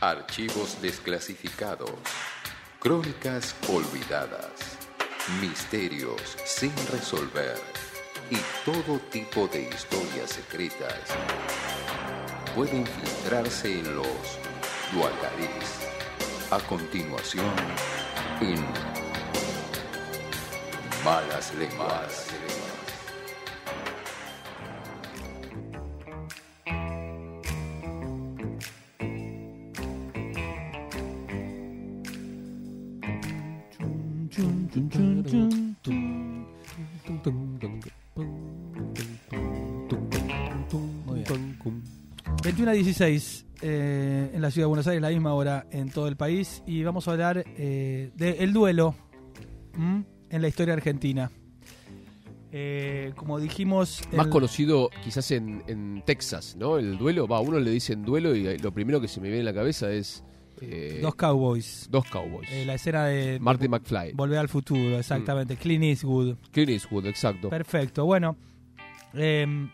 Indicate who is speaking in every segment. Speaker 1: Archivos desclasificados. Crónicas olvidadas. Misterios sin resolver. Y todo tipo de historias secretas pueden filtrarse en los Duacarís. A continuación, en Malas Lenguas.
Speaker 2: Muy
Speaker 3: 21 a 16 eh, en la ciudad de Buenos Aires, la misma hora en todo el país. Y vamos a hablar eh, del duelo ¿m? en la historia argentina. Eh, como dijimos.
Speaker 2: Más
Speaker 3: el-
Speaker 2: conocido quizás en, en Texas, ¿no? El duelo, va, uno le dicen duelo y eh, lo primero que se me viene a la cabeza es eh,
Speaker 3: Dos Cowboys.
Speaker 2: dos cowboys.
Speaker 3: Eh, la escena de.
Speaker 2: Marty McFly,
Speaker 3: Volver al futuro, exactamente. Clint Eastwood.
Speaker 2: Clint Eastwood, exacto.
Speaker 3: Perfecto. Bueno, eh,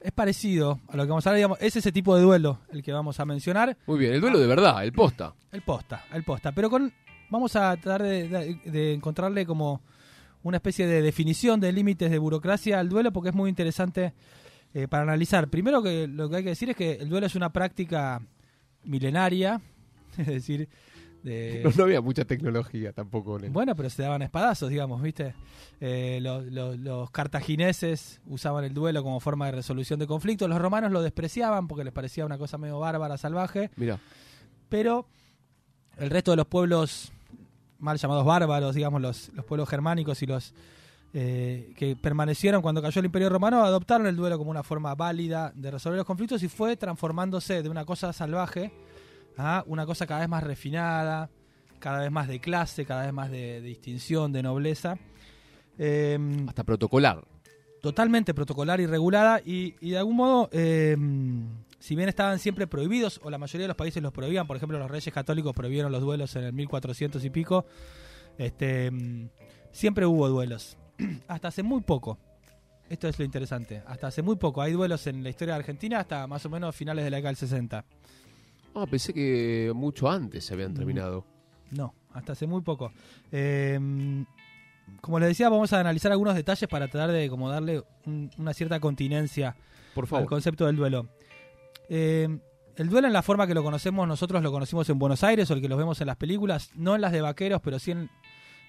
Speaker 3: es parecido a lo que vamos a hablar. digamos, es ese tipo de duelo el que vamos a mencionar.
Speaker 2: Muy bien, el duelo de verdad, el posta.
Speaker 3: El posta, el posta. Pero con vamos a tratar de, de- de encontrarle como una especie de definición de límites de burocracia al duelo porque es muy interesante eh, para analizar. Primero que lo que hay que decir es que el duelo es una práctica milenaria, es decir, de...
Speaker 2: No, no había mucha tecnología tampoco en el-
Speaker 3: Bueno, pero se daban a espadazos, digamos, ¿viste? Eh, lo- lo- los cartagineses usaban el duelo como forma de resolución de conflictos. Los romanos lo despreciaban porque les parecía una cosa medio bárbara, salvaje
Speaker 2: Mirá,
Speaker 3: pero el resto de los pueblos mal llamados bárbaros, digamos, los, los pueblos germánicos y los eh, que permanecieron cuando cayó el Imperio Romano, adoptaron el duelo como una forma válida de resolver los conflictos y fue transformándose de una cosa salvaje a una cosa cada vez más refinada, cada vez más de clase, cada vez más de, de distinción, de nobleza. Em,
Speaker 2: hasta protocolar.
Speaker 3: totalmente protocolar y regulada y, y de algún modo, eh, si bien estaban siempre prohibidos, o la mayoría de los países los prohibían, por ejemplo los reyes católicos prohibieron los duelos en el 1400 y pico, este, mm, siempre hubo duelos, hasta hace muy poco. Esto es lo interesante. Hasta hace muy poco hay duelos en la historia de Argentina hasta más o menos finales de la década del 60.
Speaker 2: Ah, pensé que mucho antes
Speaker 3: Mm.
Speaker 2: se habían terminado.
Speaker 3: No, hasta hace muy poco. Eh, como les decía, vamos a analizar algunos detalles para tratar de como darle un- una cierta continencia
Speaker 2: Por
Speaker 3: el
Speaker 2: favor.
Speaker 3: concepto del duelo. Eh, el duelo en la forma que lo conocemos nosotros, lo conocimos en Buenos Aires o el que los vemos en las películas, no en las de vaqueros, pero sí en,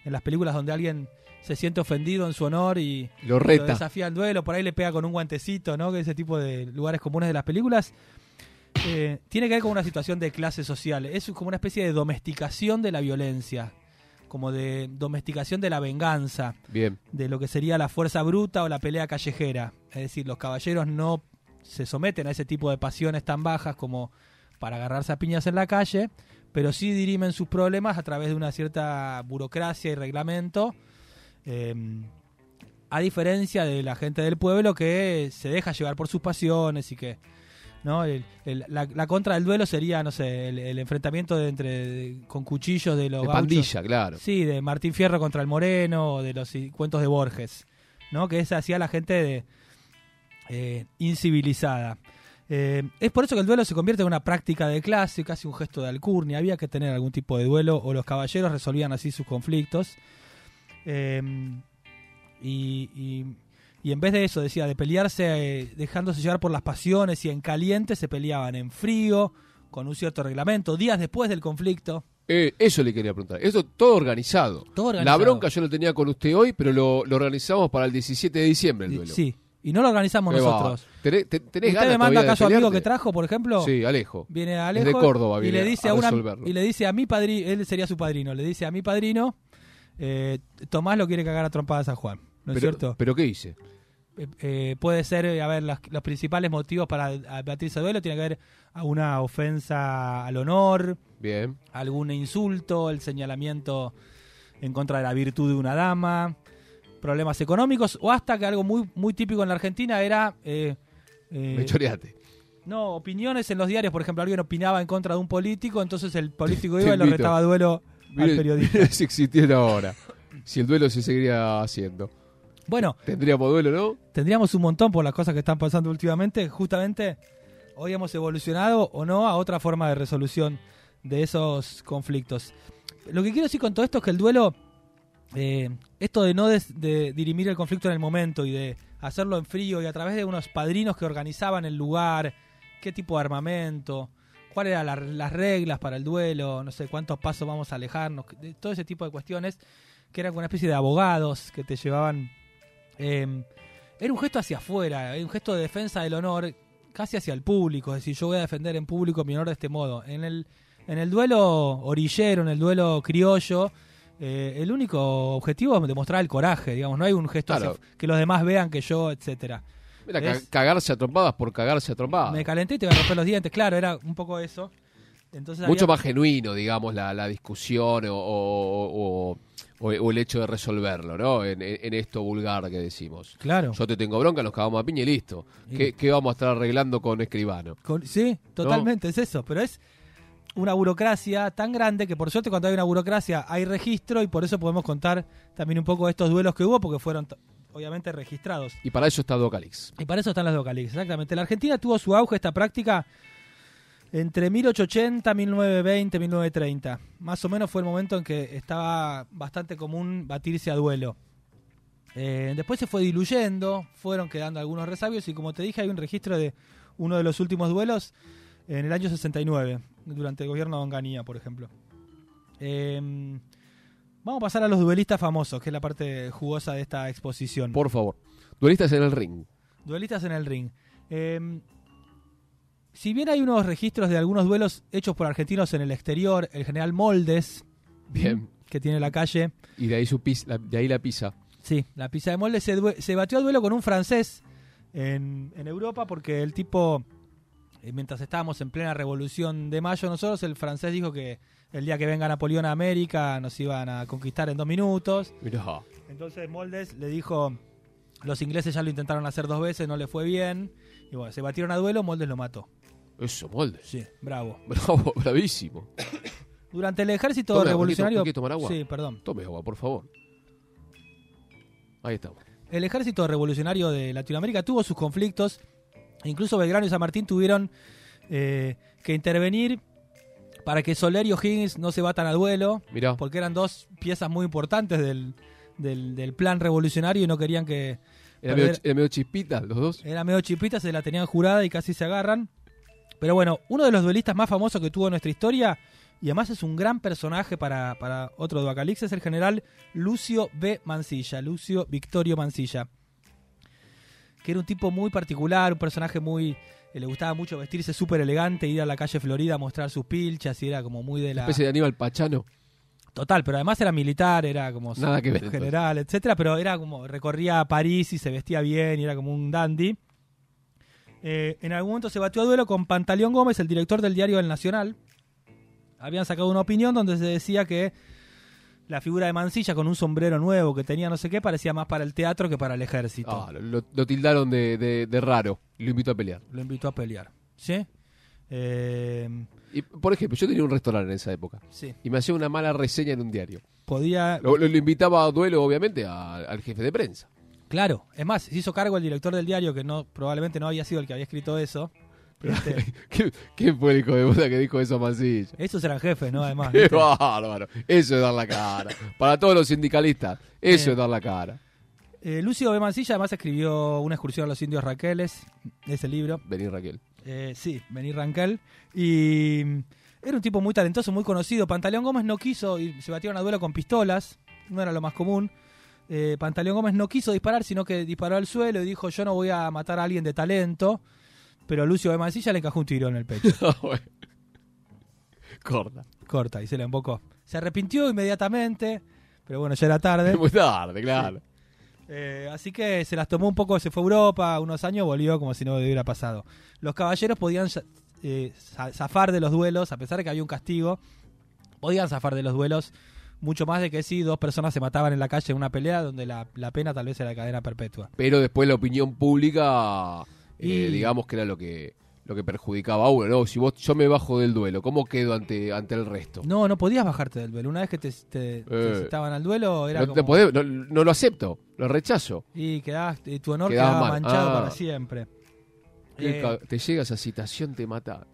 Speaker 3: en las películas donde alguien se siente ofendido en su honor y lo
Speaker 2: Lo reta.
Speaker 3: desafía al duelo, por ahí le pega con un guantecito, ¿no? Que ese tipo de lugares comunes de las películas. Eh, tiene que ver con una situación de clase social. Es como una especie de domesticación de la violencia, como de domesticación de la venganza
Speaker 2: Bien.
Speaker 3: de lo que sería la fuerza bruta o la pelea callejera. Es decir, los caballeros no se someten a ese tipo de pasiones tan bajas como para agarrarse a piñas en la calle, pero sí dirimen sus problemas a través de una cierta burocracia y reglamento. eh, a diferencia de la gente del pueblo que se deja llevar por sus pasiones y que. ¿no? El- el- la, la contra del duelo sería, no sé, el, el enfrentamiento de entre, de- con cuchillos de los
Speaker 2: De
Speaker 3: gauchos.
Speaker 2: pandilla, claro.
Speaker 3: Sí, de Martín Fierro contra el Moreno, o de los i- cuentos de Borges, ¿no? Que esa hacía la gente de, eh, incivilizada. Eh, es por eso que el duelo se convierte en una práctica de clase, casi un gesto de alcurnia. Había que tener algún tipo de duelo, o los caballeros resolvían así sus conflictos. Eh, y, y- y en vez de eso, decía, de pelearse eh, dejándose llevar por las pasiones y en caliente, se peleaban en frío, con un cierto reglamento, días después del conflicto.
Speaker 2: Eh, eso le quería preguntar. Eso todo organizado.
Speaker 3: Todo
Speaker 2: La
Speaker 3: organizado.
Speaker 2: bronca yo lo tenía con usted hoy, pero lo, lo organizamos para el 17 de diciembre el duelo.
Speaker 3: Sí, y no lo organizamos
Speaker 2: Ahí va.
Speaker 3: nosotros.
Speaker 2: ¿Tenés, te- tenés
Speaker 3: Usted
Speaker 2: ganas
Speaker 3: me manda
Speaker 2: todavía
Speaker 3: acá
Speaker 2: de
Speaker 3: su amigo
Speaker 2: pelearte?
Speaker 3: que trajo, por ejemplo.
Speaker 2: Sí, Alejo.
Speaker 3: Viene a
Speaker 2: Desde
Speaker 3: Alejo
Speaker 2: Córdoba
Speaker 3: y
Speaker 2: viene
Speaker 3: le dice
Speaker 2: a
Speaker 3: a, una-
Speaker 2: resolverlo.
Speaker 3: y le dice a mi padrino, él sería su padrino, le dice a mi padrino, eh, Tomás lo quiere cagar a trompadas a Juan, ¿no es
Speaker 2: pero,
Speaker 3: cierto?
Speaker 2: ¿Pero qué hice?
Speaker 3: Eh, eh, puede ser, eh, a ver, las- los principales motivos para advertirse de duelo tiene que ver a una ofensa al honor,
Speaker 2: Bien.
Speaker 3: algún insulto, el señalamiento en contra de la virtud de una dama, problemas económicos, o hasta que algo muy, muy típico en la Argentina era... eh, eh,
Speaker 2: Me choreaste.
Speaker 3: no, opiniones en los diarios, por ejemplo, alguien opinaba en contra de un político, entonces el político
Speaker 2: Te
Speaker 3: iba y lo
Speaker 2: invito.
Speaker 3: retaba a duelo al
Speaker 2: Mire-
Speaker 3: periodista.
Speaker 2: mire si existiera ahora. Si el duelo se seguiría haciendo.
Speaker 3: Bueno,
Speaker 2: Tendríamos duelo, ¿no?
Speaker 3: tendríamos un montón por las cosas que están pasando últimamente. Justamente hoy hemos evolucionado o no a otra forma de resolución de esos conflictos. Lo que quiero decir con todo esto es que el duelo, eh, esto de no des- de dirimir el conflicto en el momento y de hacerlo en frío y a través de unos padrinos que organizaban el lugar, qué tipo de armamento, cuáles eran la- las reglas para el duelo, no sé cuántos pasos vamos a alejarnos, que- de- todo ese tipo de cuestiones, que eran como una especie de abogados que te llevaban... eh, era un gesto hacia afuera, era un gesto de defensa del honor casi hacia el público, es decir, yo voy a defender en público mi honor de este modo. En el, en el duelo orillero, en el duelo criollo, eh, el único objetivo es demostrar el coraje, digamos, no hay un gesto
Speaker 2: Claro.
Speaker 3: hacia- que los demás vean que yo, etcétera.
Speaker 2: Era ca-
Speaker 3: Es-
Speaker 2: cagarse a trompadas por cagarse a trompadas.
Speaker 3: Me calenté y te voy a romper los dientes, claro, era un poco eso. Entonces
Speaker 2: Mucho
Speaker 3: había-
Speaker 2: más genuino, digamos, la, la discusión o, o- o- o- o el hecho de resolverlo, ¿no? En, en- en esto vulgar que decimos.
Speaker 3: Claro.
Speaker 2: Yo te tengo bronca, nos cagamos a piña y listo.
Speaker 3: Y-
Speaker 2: ¿Qué, qué vamos a estar arreglando con escribano?
Speaker 3: Con- sí, totalmente, es eso, pero es una burocracia tan grande que por suerte cuando hay una burocracia hay registro y por eso podemos contar también un poco de estos duelos que hubo porque fueron t- obviamente registrados.
Speaker 2: Y para eso está Docalix.
Speaker 3: Y para eso están las Docalix, exactamente. La Argentina tuvo su auge esta práctica entre 1880, 1920, 1930. Más o menos fue el momento en que estaba bastante común batirse a duelo. Eh, después se fue diluyendo, fueron quedando algunos resabios y como te dije hay un registro de uno de los últimos duelos en el año 69, durante el gobierno de Onganía, por ejemplo. Eh, vamos a pasar a los duelistas famosos, que es la parte jugosa de esta exposición.
Speaker 2: Por favor. Duelistas en el ring.
Speaker 3: Duelistas en el ring. Eh, si bien hay unos registros de algunos duelos hechos por argentinos en el exterior, el general Moldes,
Speaker 2: Bien.
Speaker 3: que tiene la calle,
Speaker 2: Y de ahí, su pis- la, de ahí la pizza.
Speaker 3: sí, la pizza de Moldes se, due- se batió a duelo con un francés en, en Europa porque el tipo, eh, mientras estábamos en plena revolución de mayo nosotros, el francés dijo que el día que venga Napoleón a América nos iban a conquistar en dos minutos.
Speaker 2: Mirá.
Speaker 3: Entonces Moldes le dijo, los ingleses ya lo intentaron hacer dos veces, no le fue bien. Y bueno, se batieron a duelo, Moldes lo mató.
Speaker 2: Eso, moldes.
Speaker 3: Sí, bravo.
Speaker 2: Bravo, bravísimo.
Speaker 3: Durante el ejército
Speaker 2: Tome,
Speaker 3: revolucionario...
Speaker 2: poquito, poquito, tomar agua.
Speaker 3: Sí, perdón.
Speaker 2: Tome agua, por favor. Ahí estamos.
Speaker 3: El ejército revolucionario de Latinoamérica tuvo sus conflictos. Incluso Belgrano y San Martín tuvieron eh, que intervenir para que Soler y O'Higgins no se batan a duelo.
Speaker 2: Mirá.
Speaker 3: porque eran dos piezas muy importantes del, del- del plan revolucionario y no querían que...
Speaker 2: Era medio,
Speaker 3: perder-
Speaker 2: era medio chispita, los dos.
Speaker 3: Era medio chipita, se la tenían jurada y casi se agarran. Pero bueno, uno de los duelistas más famosos que tuvo nuestra historia, y además es un gran personaje para, para otro Duacalix, es el general Lucio B. Mancilla, Lucio Victorio Mancilla. Que era un tipo muy particular, un personaje muy. eh, le gustaba mucho vestirse súper elegante, ir a la calle Florida a mostrar sus pilchas, y era como muy de
Speaker 2: Una
Speaker 3: la.
Speaker 2: especie de Aníbal Pachano.
Speaker 3: Total, pero además era militar, era como
Speaker 2: Nada que ver, entonces.
Speaker 3: general, etcétera, pero era como recorría París y se vestía bien y era como un dandy. Eh, en algún momento se batió a duelo con Pantaleón Gómez, el director del diario El Nacional. Habían sacado una opinión donde se decía que la figura de Mancilla con un sombrero nuevo que tenía no sé qué parecía más para el teatro que para el ejército.
Speaker 2: Ah, lo, lo- lo tildaron de, de- de raro. Y lo invitó a pelear.
Speaker 3: Lo invitó a pelear. ¿Sí? Eh,
Speaker 2: Y, por ejemplo, yo tenía un restaurante en esa época.
Speaker 3: sí.
Speaker 2: Y me hacía una mala reseña en un diario.
Speaker 3: Podía.
Speaker 2: Lo, lo- lo invitaba a duelo, obviamente, a- al jefe de prensa.
Speaker 3: Claro, es más, se hizo cargo el director del diario, que no probablemente no había sido el que había escrito eso. Este,
Speaker 2: ¿Qué, qué fue el hijo de puta que dijo eso a Mancilla?
Speaker 3: esos eran jefes, ¿no? Además.
Speaker 2: ¡Qué
Speaker 3: ¿viste?
Speaker 2: bárbaro! Eso es dar la cara. Para todos los sindicalistas, eso
Speaker 3: Eh.
Speaker 2: es dar la cara.
Speaker 3: Eh, Lucio B. Mancilla además escribió Una excursión a los indios Raqueles, ese libro.
Speaker 2: Vení, Raquel.
Speaker 3: Eh, sí, Vení Ranquel. Y mm, era un tipo muy talentoso, muy conocido. Pantaleón Gómez no quiso, y se batieron a duelo con pistolas, no era lo más común. Eh, Pantaleón Gómez no quiso disparar, sino que disparó al suelo y dijo: Yo no voy a matar a alguien de talento. Pero Lucio B. Mancilla le encajó un tiro en el pecho.
Speaker 2: Ah, Corta.
Speaker 3: corta y se la embocó. Se arrepintió inmediatamente, pero bueno, ya era tarde.
Speaker 2: Es muy tarde, claro.
Speaker 3: Eh, así que se las tomó un poco, se fue a Europa unos años, volvió como si no le hubiera pasado. Los caballeros podían eh, za- zafar de los duelos, a pesar de que había un castigo, podían zafar de los duelos. Mucho más de que si dos personas se mataban en la calle en una pelea donde la, la pena tal vez era cadena perpetua.
Speaker 2: Pero después la opinión pública, eh,
Speaker 3: Y-
Speaker 2: digamos que era lo que lo que perjudicaba a uno. No, si vos, yo me bajo del duelo, ¿cómo quedo ante, ante el resto?
Speaker 3: No, no podías bajarte del duelo. Una vez que te, te- te
Speaker 2: Eh.
Speaker 3: citaban al duelo, era
Speaker 2: No,
Speaker 3: como...
Speaker 2: te podés- no- no lo acepto, lo rechazo.
Speaker 3: Y quedabas, eh, tu honor
Speaker 2: Quedabas
Speaker 3: quedaba
Speaker 2: mal.
Speaker 3: manchado
Speaker 2: Ah.
Speaker 3: para siempre.
Speaker 2: Qué
Speaker 3: Eh,
Speaker 2: ca- te llega esa citación, te mata.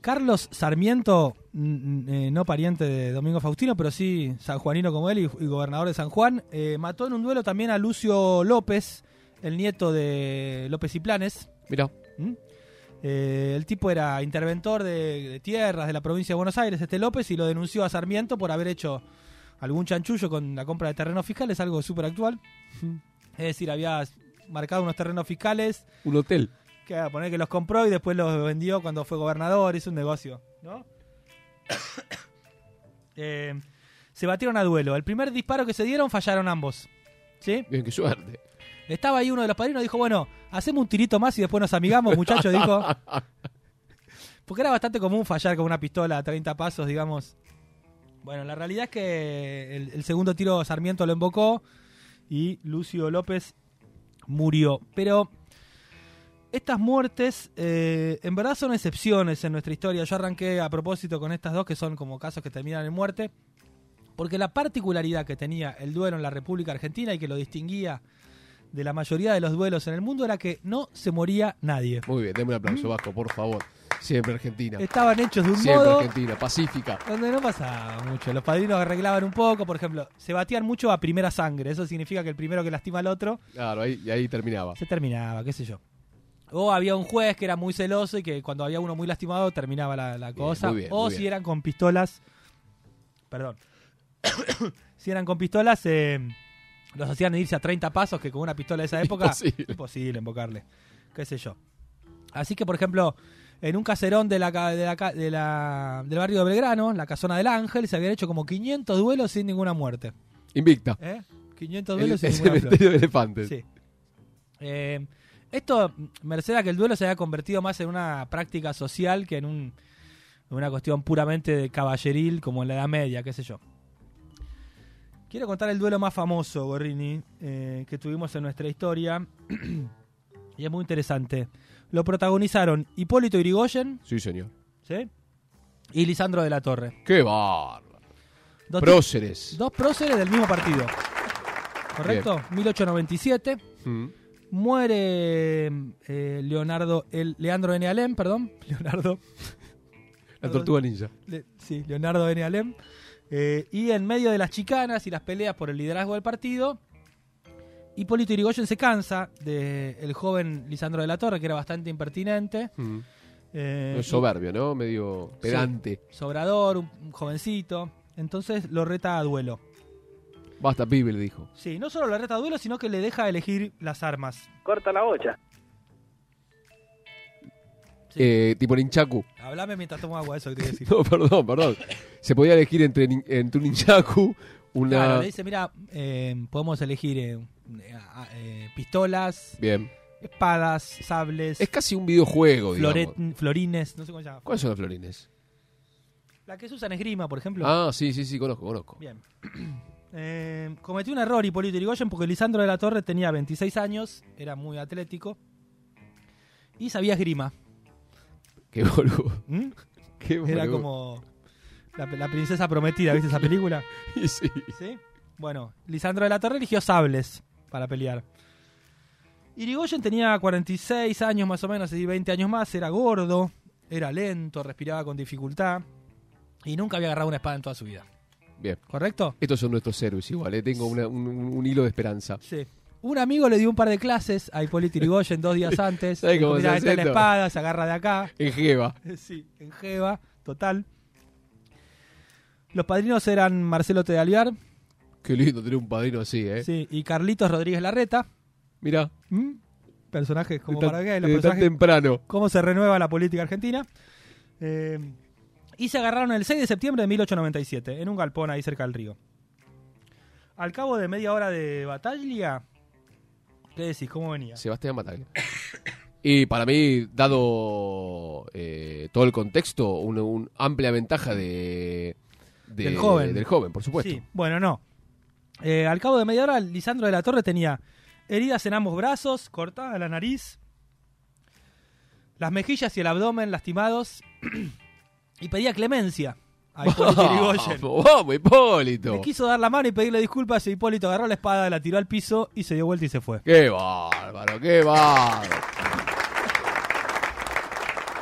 Speaker 3: Carlos Sarmiento, mm, mm, eh, no pariente de Domingo Faustino, pero sí sanjuanino como él y, y gobernador de San Juan, eh, mató en un duelo también a Lucio López, el nieto de López y Planes.
Speaker 2: Mirá,
Speaker 3: ¿Mm? Eh, el tipo era interventor de, de tierras de la provincia de Buenos Aires, este López, y lo denunció a Sarmiento por haber hecho algún chanchullo con la compra de terrenos fiscales, algo súper actual. Es decir, había marcado unos terrenos fiscales
Speaker 2: un hotel.
Speaker 3: que a poner que los compró y después los vendió cuando fue gobernador, hizo un negocio, ¿no? Eh, se batieron a duelo. El primer disparo que se dieron fallaron ambos. ¿Sí?
Speaker 2: Bien, qué suerte.
Speaker 3: Estaba ahí uno de los padrinos, dijo, bueno, hacemos un tirito más y después nos amigamos, muchachos, dijo. Porque era bastante común fallar con una pistola a 30 pasos, digamos. Bueno, la realidad es que el, el segundo tiro Sarmiento lo embocó y Lucio López murió. Pero estas muertes eh, en verdad son excepciones en nuestra historia. Yo arranqué a propósito con estas dos que son como casos que terminan en muerte. Porque la particularidad que tenía el duelo en la República Argentina y que lo distinguía de la mayoría de los duelos en el mundo era que no se moría nadie.
Speaker 2: Muy bien, deme un aplauso, Vasco, por favor. Siempre Argentina.
Speaker 3: Estaban hechos de un
Speaker 2: Siempre
Speaker 3: modo
Speaker 2: Argentina, pacífica.
Speaker 3: donde no pasaba mucho. Los padrinos arreglaban un poco, por ejemplo, se batían mucho a primera sangre. Eso significa que el primero que lastima al otro
Speaker 2: Claro, ahí, y ahí terminaba.
Speaker 3: se terminaba, qué sé yo. O había un juez que era muy celoso y que cuando había uno muy lastimado terminaba la, la cosa.
Speaker 2: muy bien,
Speaker 3: o
Speaker 2: muy
Speaker 3: si
Speaker 2: bien.
Speaker 3: eran con pistolas. Perdón. si eran con pistolas, eh, los hacían irse a 30 pasos, que con una pistola de esa época.
Speaker 2: Imposible.
Speaker 3: imposible invocarle. Qué sé yo. Así que, por ejemplo, en un caserón de la, ca- de la ca- de la- del barrio de Belgrano, la casona del Ángel, se habían hecho como 500 duelos sin ninguna muerte.
Speaker 2: Invicta.
Speaker 3: ¿Eh? 500
Speaker 2: El, el
Speaker 3: duelos sin ninguna muerte.
Speaker 2: cementerio de elefantes.
Speaker 3: Sí. Eh, esto, merced a que el duelo se haya convertido más en una práctica social que en, un- en una cuestión puramente de caballeril como en la Edad Media, qué sé yo. Quiero contar el duelo más famoso, Gorrini, eh, que tuvimos en nuestra historia. y es muy interesante. Lo protagonizaron Hipólito Yrigoyen
Speaker 2: Sí, señor.
Speaker 3: ¿sí? y Lisandro de la Torre.
Speaker 2: Qué bárbaro.
Speaker 3: Dos,
Speaker 2: Próceres.
Speaker 3: dos próceres del mismo partido. ¿Correcto? 1897.
Speaker 2: Mm.
Speaker 3: Muere eh, Leonardo, el, Leandro N. Alem, perdón. Leonardo.
Speaker 2: La tortuga ninja.
Speaker 3: Le- sí, Leonardo N. Alem. Eh, y en medio de las chicanas y las peleas por el liderazgo del partido, Hipólito Yrigoyen se cansa del joven Lisandro de la Torre, que era bastante impertinente.
Speaker 2: Mm.
Speaker 3: eh,
Speaker 2: No es soberbio, ¿no? Medio pedante.
Speaker 3: y sobrador, un, un jovencito. Entonces lo reta a duelo.
Speaker 2: Basta, pibe, le dijo.
Speaker 3: Sí, no solo lo reta a duelo, sino que le deja elegir las armas.
Speaker 4: Corta la bocha.
Speaker 3: Sí.
Speaker 2: Eh, tipo ninchaku.
Speaker 3: Hablame mientras tomo agua, eso que te iba a decir.
Speaker 2: No, perdón, perdón. Se podía elegir entre, nin- entre un ninchaku, una...
Speaker 3: Claro, le dice, mira, eh, podemos elegir eh, eh, ah, eh, pistolas,
Speaker 2: Bien.
Speaker 3: espadas, sables,
Speaker 2: Es casi un videojuego, digamos.
Speaker 3: floret- florines, no sé cómo se llama.
Speaker 2: ¿Cuáles son los florines?
Speaker 3: La que se usa en esgrima, por ejemplo.
Speaker 2: Ah, sí, sí, sí, conozco, conozco.
Speaker 3: Bien. Eh, cometió un error Hipólito Yrigoyen porque Lisandro de la Torre tenía 26 años, era muy atlético y sabía esgrima.
Speaker 2: Qué boludo.
Speaker 3: ¿Mm?
Speaker 2: Qué boludo.
Speaker 3: Era como la, la princesa prometida, ¿viste esa película?
Speaker 2: Y sí.
Speaker 3: ¿Sí? Bueno, Lisandro de la Torre eligió sables para pelear. Irigoyen tenía 46 años más o menos, y 20 años más, era gordo, era lento, respiraba con dificultad y nunca había agarrado una espada en toda su vida.
Speaker 2: Bien.
Speaker 3: ¿Correcto?
Speaker 2: Estos son nuestros héroes igual, ¿eh? Tengo una- un, un- un hilo de esperanza.
Speaker 3: Sí. Un amigo le dio un par de clases a Hipólito Irigoyen dos días antes.
Speaker 2: ¿Sabe
Speaker 3: Dijo,
Speaker 2: cómo se
Speaker 3: "Mirá,
Speaker 2: hace
Speaker 3: esta es la
Speaker 2: esto?"
Speaker 3: espada, se agarra de acá.
Speaker 2: En Jeva.
Speaker 3: Sí, en Jeva, total. Los padrinos eran Marcelo Tedalviar
Speaker 2: Qué lindo tener un padrino así, ¿eh?
Speaker 3: sí, y Carlitos Rodríguez Larreta.
Speaker 2: Mirá.
Speaker 3: ¿Mm? Personajes como
Speaker 2: de tan-
Speaker 3: para qué, los
Speaker 2: de tan
Speaker 3: personajes-
Speaker 2: temprano.
Speaker 3: cómo se renueva la política argentina. Eh, y se agarraron el 6 de septiembre de 1897, en un galpón ahí cerca del río. Al cabo de media hora de batalla, ¿qué decís? ¿Cómo venía?
Speaker 2: Sebastián Bataglia. Y para mí, dado eh, todo el contexto, una amplia ventaja de, de-
Speaker 3: Del joven.
Speaker 2: del joven, por supuesto.
Speaker 3: Sí, bueno, no. Eh, al cabo de media hora, Lisandro de la Torre tenía heridas en ambos brazos, cortada la nariz, las mejillas y el abdomen lastimados, y pedía clemencia a Hipólito Yrigoyen.
Speaker 2: Vamos, vamos, Hipólito.
Speaker 3: Le quiso dar la mano y pedirle disculpas y Hipólito agarró la espada, la tiró al piso y se dio vuelta y se fue.
Speaker 2: Qué bárbaro, qué bárbaro.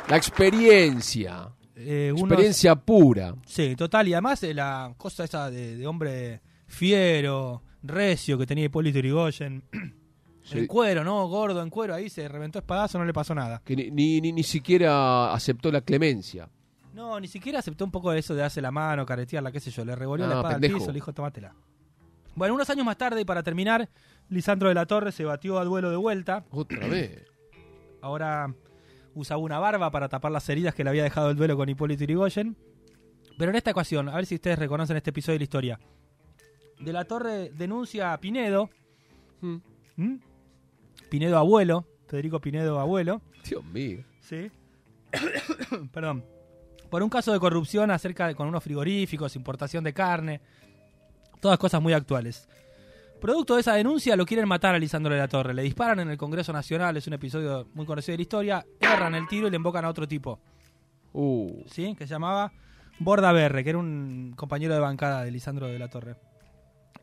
Speaker 2: La experiencia.
Speaker 3: eh, unos-
Speaker 2: Experiencia pura.
Speaker 3: Sí, total. Y además eh, la cosa esa de, de hombre fiero, recio que tenía Hipólito Yrigoyen. En
Speaker 2: Sí.
Speaker 3: cuero, ¿no? Gordo, en cuero. Ahí se reventó espadazo, no le pasó nada.
Speaker 2: Que ni, ni, ni- ni siquiera aceptó la clemencia.
Speaker 3: No, ni siquiera aceptó un poco de eso de hace la mano, caretearla, qué sé yo. Le revolvió la
Speaker 2: Ah,
Speaker 3: espada al
Speaker 2: pendejo.
Speaker 3: piso, le dijo, tomátela. Bueno, unos años más tarde, y para terminar, Lisandro de la Torre se batió a duelo de vuelta.
Speaker 2: Otra vez.
Speaker 3: Ahora usaba una barba para tapar las heridas que le había dejado el duelo con Hipólito Yrigoyen. Pero en esta ocasión, a ver si ustedes reconocen este episodio de la historia. De la Torre denuncia a Pinedo,
Speaker 2: Mm.
Speaker 3: ¿m? Pinedo abuelo, Federico Pinedo abuelo,
Speaker 2: Dios mío.
Speaker 3: ¿sí? Perdón. Por un caso de corrupción acerca de con unos frigoríficos, importación de carne, todas cosas muy actuales. Producto de esa denuncia lo quieren matar a Lisandro de la Torre. Le disparan en el Congreso Nacional, es un episodio muy conocido de la historia, erran el tiro y le invocan a otro tipo,
Speaker 2: Uh,
Speaker 3: ¿sí? Que se llamaba Bordaberre, que era un compañero de bancada de Lisandro de la Torre.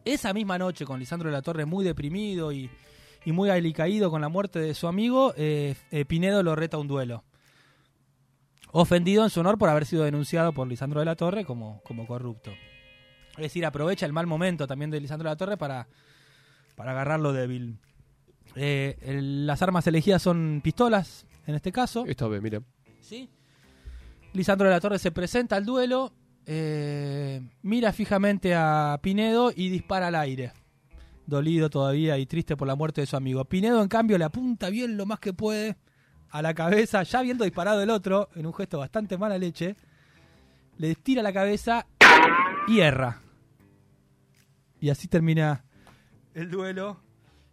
Speaker 3: Esa misma noche, con Lisandro de la Torre muy deprimido y, y muy alicaído con la muerte de su amigo, eh, eh, Pinedo lo reta a un duelo. Ofendido en su honor por haber sido denunciado por Lisandro de la Torre como, como corrupto. Es decir, aprovecha el mal momento también de Lisandro de la Torre para, para agarrarlo débil. Eh, el- las armas elegidas son pistolas, en este caso.
Speaker 2: esta vez, mira.
Speaker 3: ¿sí? Lisandro de la Torre se presenta al duelo, eh, mira fijamente a Pinedo y dispara al aire. Dolido todavía y triste por la muerte de su amigo. Pinedo, en cambio, le apunta bien lo más que puede a la cabeza, ya habiendo disparado el otro, en un gesto bastante mala leche. Le tira la cabeza y erra. Y así termina el duelo.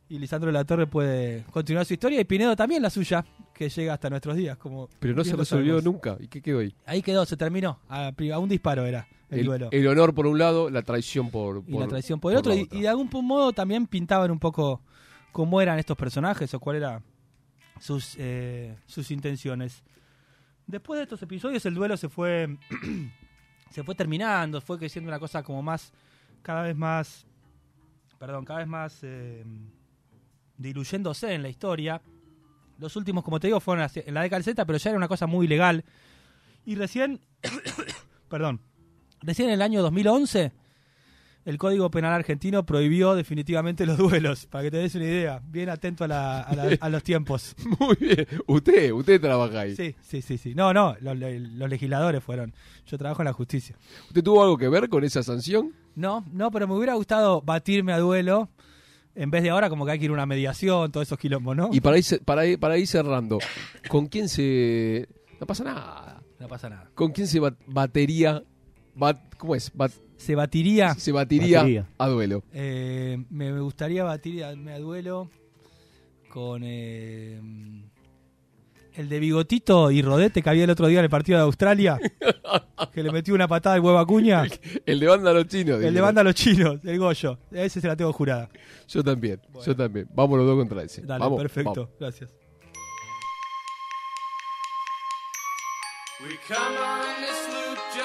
Speaker 3: Y Lisandro de la Torre puede continuar su historia y Pinedo también la suya, que llega hasta nuestros días. Como
Speaker 2: Pero no se
Speaker 3: bien lo
Speaker 2: resolvió
Speaker 3: sabemos.
Speaker 2: nunca. ¿Y qué quedó ahí?
Speaker 3: Ahí quedó, se terminó. A, pri- a un disparo era el, duelo.
Speaker 2: el honor por un lado, la traición por,
Speaker 3: y
Speaker 2: por-
Speaker 3: la traición por el otro.
Speaker 2: la
Speaker 3: Y,
Speaker 2: otra.
Speaker 3: y de algún modo también pintaban un poco cómo eran estos personajes o cuáles eran sus, eh, sus intenciones. Después de estos episodios el duelo se fue, se fue terminando, fue creciendo una cosa como más, cada vez más, perdón, cada vez más eh, diluyéndose en la historia. Los últimos, como te digo, fueron hacia- en la década del 70, pero ya era una cosa muy legal. Y recién, perdón, recién en el año 2011 el Código Penal Argentino prohibió definitivamente los duelos, para que te des una idea. Bien atento a, la- a la- a los tiempos.
Speaker 2: Muy bien. Usted, usted trabaja ahí.
Speaker 3: Sí, sí, sí, sí. No, no, los, los legisladores fueron. Yo trabajo en la justicia.
Speaker 2: ¿Usted tuvo algo que ver con esa sanción?
Speaker 3: No, no, pero me hubiera gustado batirme a duelo. En vez de ahora, como que hay que ir a una mediación, todos esos quilombos, ¿no?
Speaker 2: Y para ir, ce- para ir- para ir cerrando, ¿con quién se.? No pasa nada.
Speaker 3: no pasa nada.
Speaker 2: ¿Con quién se bat- batería. bat- ¿Cómo es? Bat-
Speaker 3: Se batiría.
Speaker 2: se batiría,
Speaker 4: Batería.
Speaker 2: a duelo.
Speaker 3: eh, me me gustaría batirme a duelo con eh, el de Bigotito y Rodete que había el otro día en el partido de Australia. que le metió una patada al huevo Acuña.
Speaker 2: El de banda a los chinos.
Speaker 3: El de
Speaker 2: dijeron.
Speaker 3: banda a los chinos, el Goyo. A ese se la tengo jurada.
Speaker 2: Yo también, yo también. Vamos los dos contra ese.
Speaker 3: Dale,
Speaker 2: Vamos,
Speaker 3: perfecto.
Speaker 2: vamos.
Speaker 3: Gracias.
Speaker 5: We come on this loop, John.